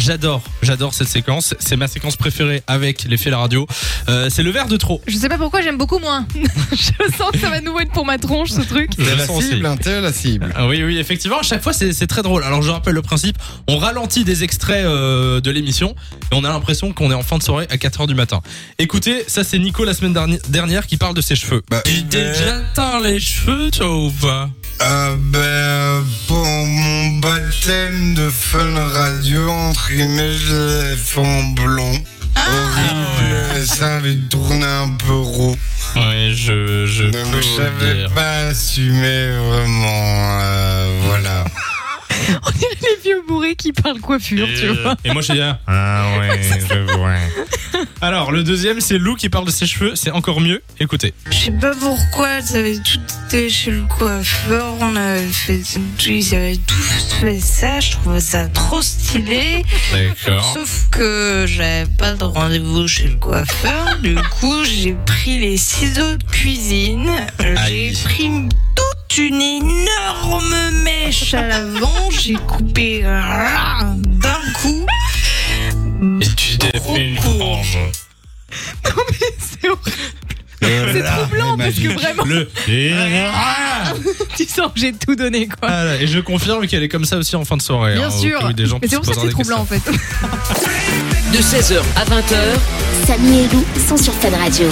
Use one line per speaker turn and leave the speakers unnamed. J'adore, j'adore cette séquence. C'est ma séquence préférée avec l'effet la radio. Euh, c'est le verre de trop.
Je sais pas pourquoi j'aime beaucoup moins. je sens que ça va nous être pour ma tronche ce truc.
Je
C'est
le
la
sens aussi.
cible, hein, t'es la cible.
Ah Oui, oui, effectivement, à chaque fois c'est c'est très drôle. Alors je rappelle le principe, on ralentit des extraits euh, de l'émission et on a l'impression qu'on est en fin de soirée à 4h du matin. Écoutez, ça c'est Nico la semaine derni- dernière qui parle de ses cheveux.
Bah,
J'ai déjà teint les cheveux, toi ou pas
Euh, ben, pour mon baptême de Fun Radio, entre guillemets, je l'ai fait en blond. Ah. Horrible, ça avait tourné un peu roux.
Ouais, je... je
Donc je savais pas assumer vraiment, euh, voilà.
On dirait les vieux bourrés qui parlent coiffure, tu vois.
Et moi je dis, ah.
Ah ouais, je vois.
Alors le deuxième c'est Lou qui parle de ses cheveux, c'est encore mieux. Écoutez.
Je sais pas pourquoi, ça avait tout été chez le coiffeur, on avait fait, ils avaient tous fait ça, je trouvais ça trop stylé.
D'accord.
Sauf que j'avais pas de rendez-vous chez le coiffeur, du coup j'ai pris les ciseaux de cuisine, j'ai
Aïe.
pris toute une énorme mèche à l'avant, j'ai coupé ah, d'un coup.
Et tu t'es fait une frange.
C'est horrible. C'est troublant parce que vraiment, Ah.
Le...
tu sens que j'ai tout donné quoi.
Ah là, et je confirme qu'elle est comme ça aussi en fin de soirée.
Bien
hein, au
sûr.
cas où des gens
Mais c'est pour
se
ça que c'est
posent des
troublant en fait.
De 16h à 20h,
Samy et Lou sont sur Fan Radio.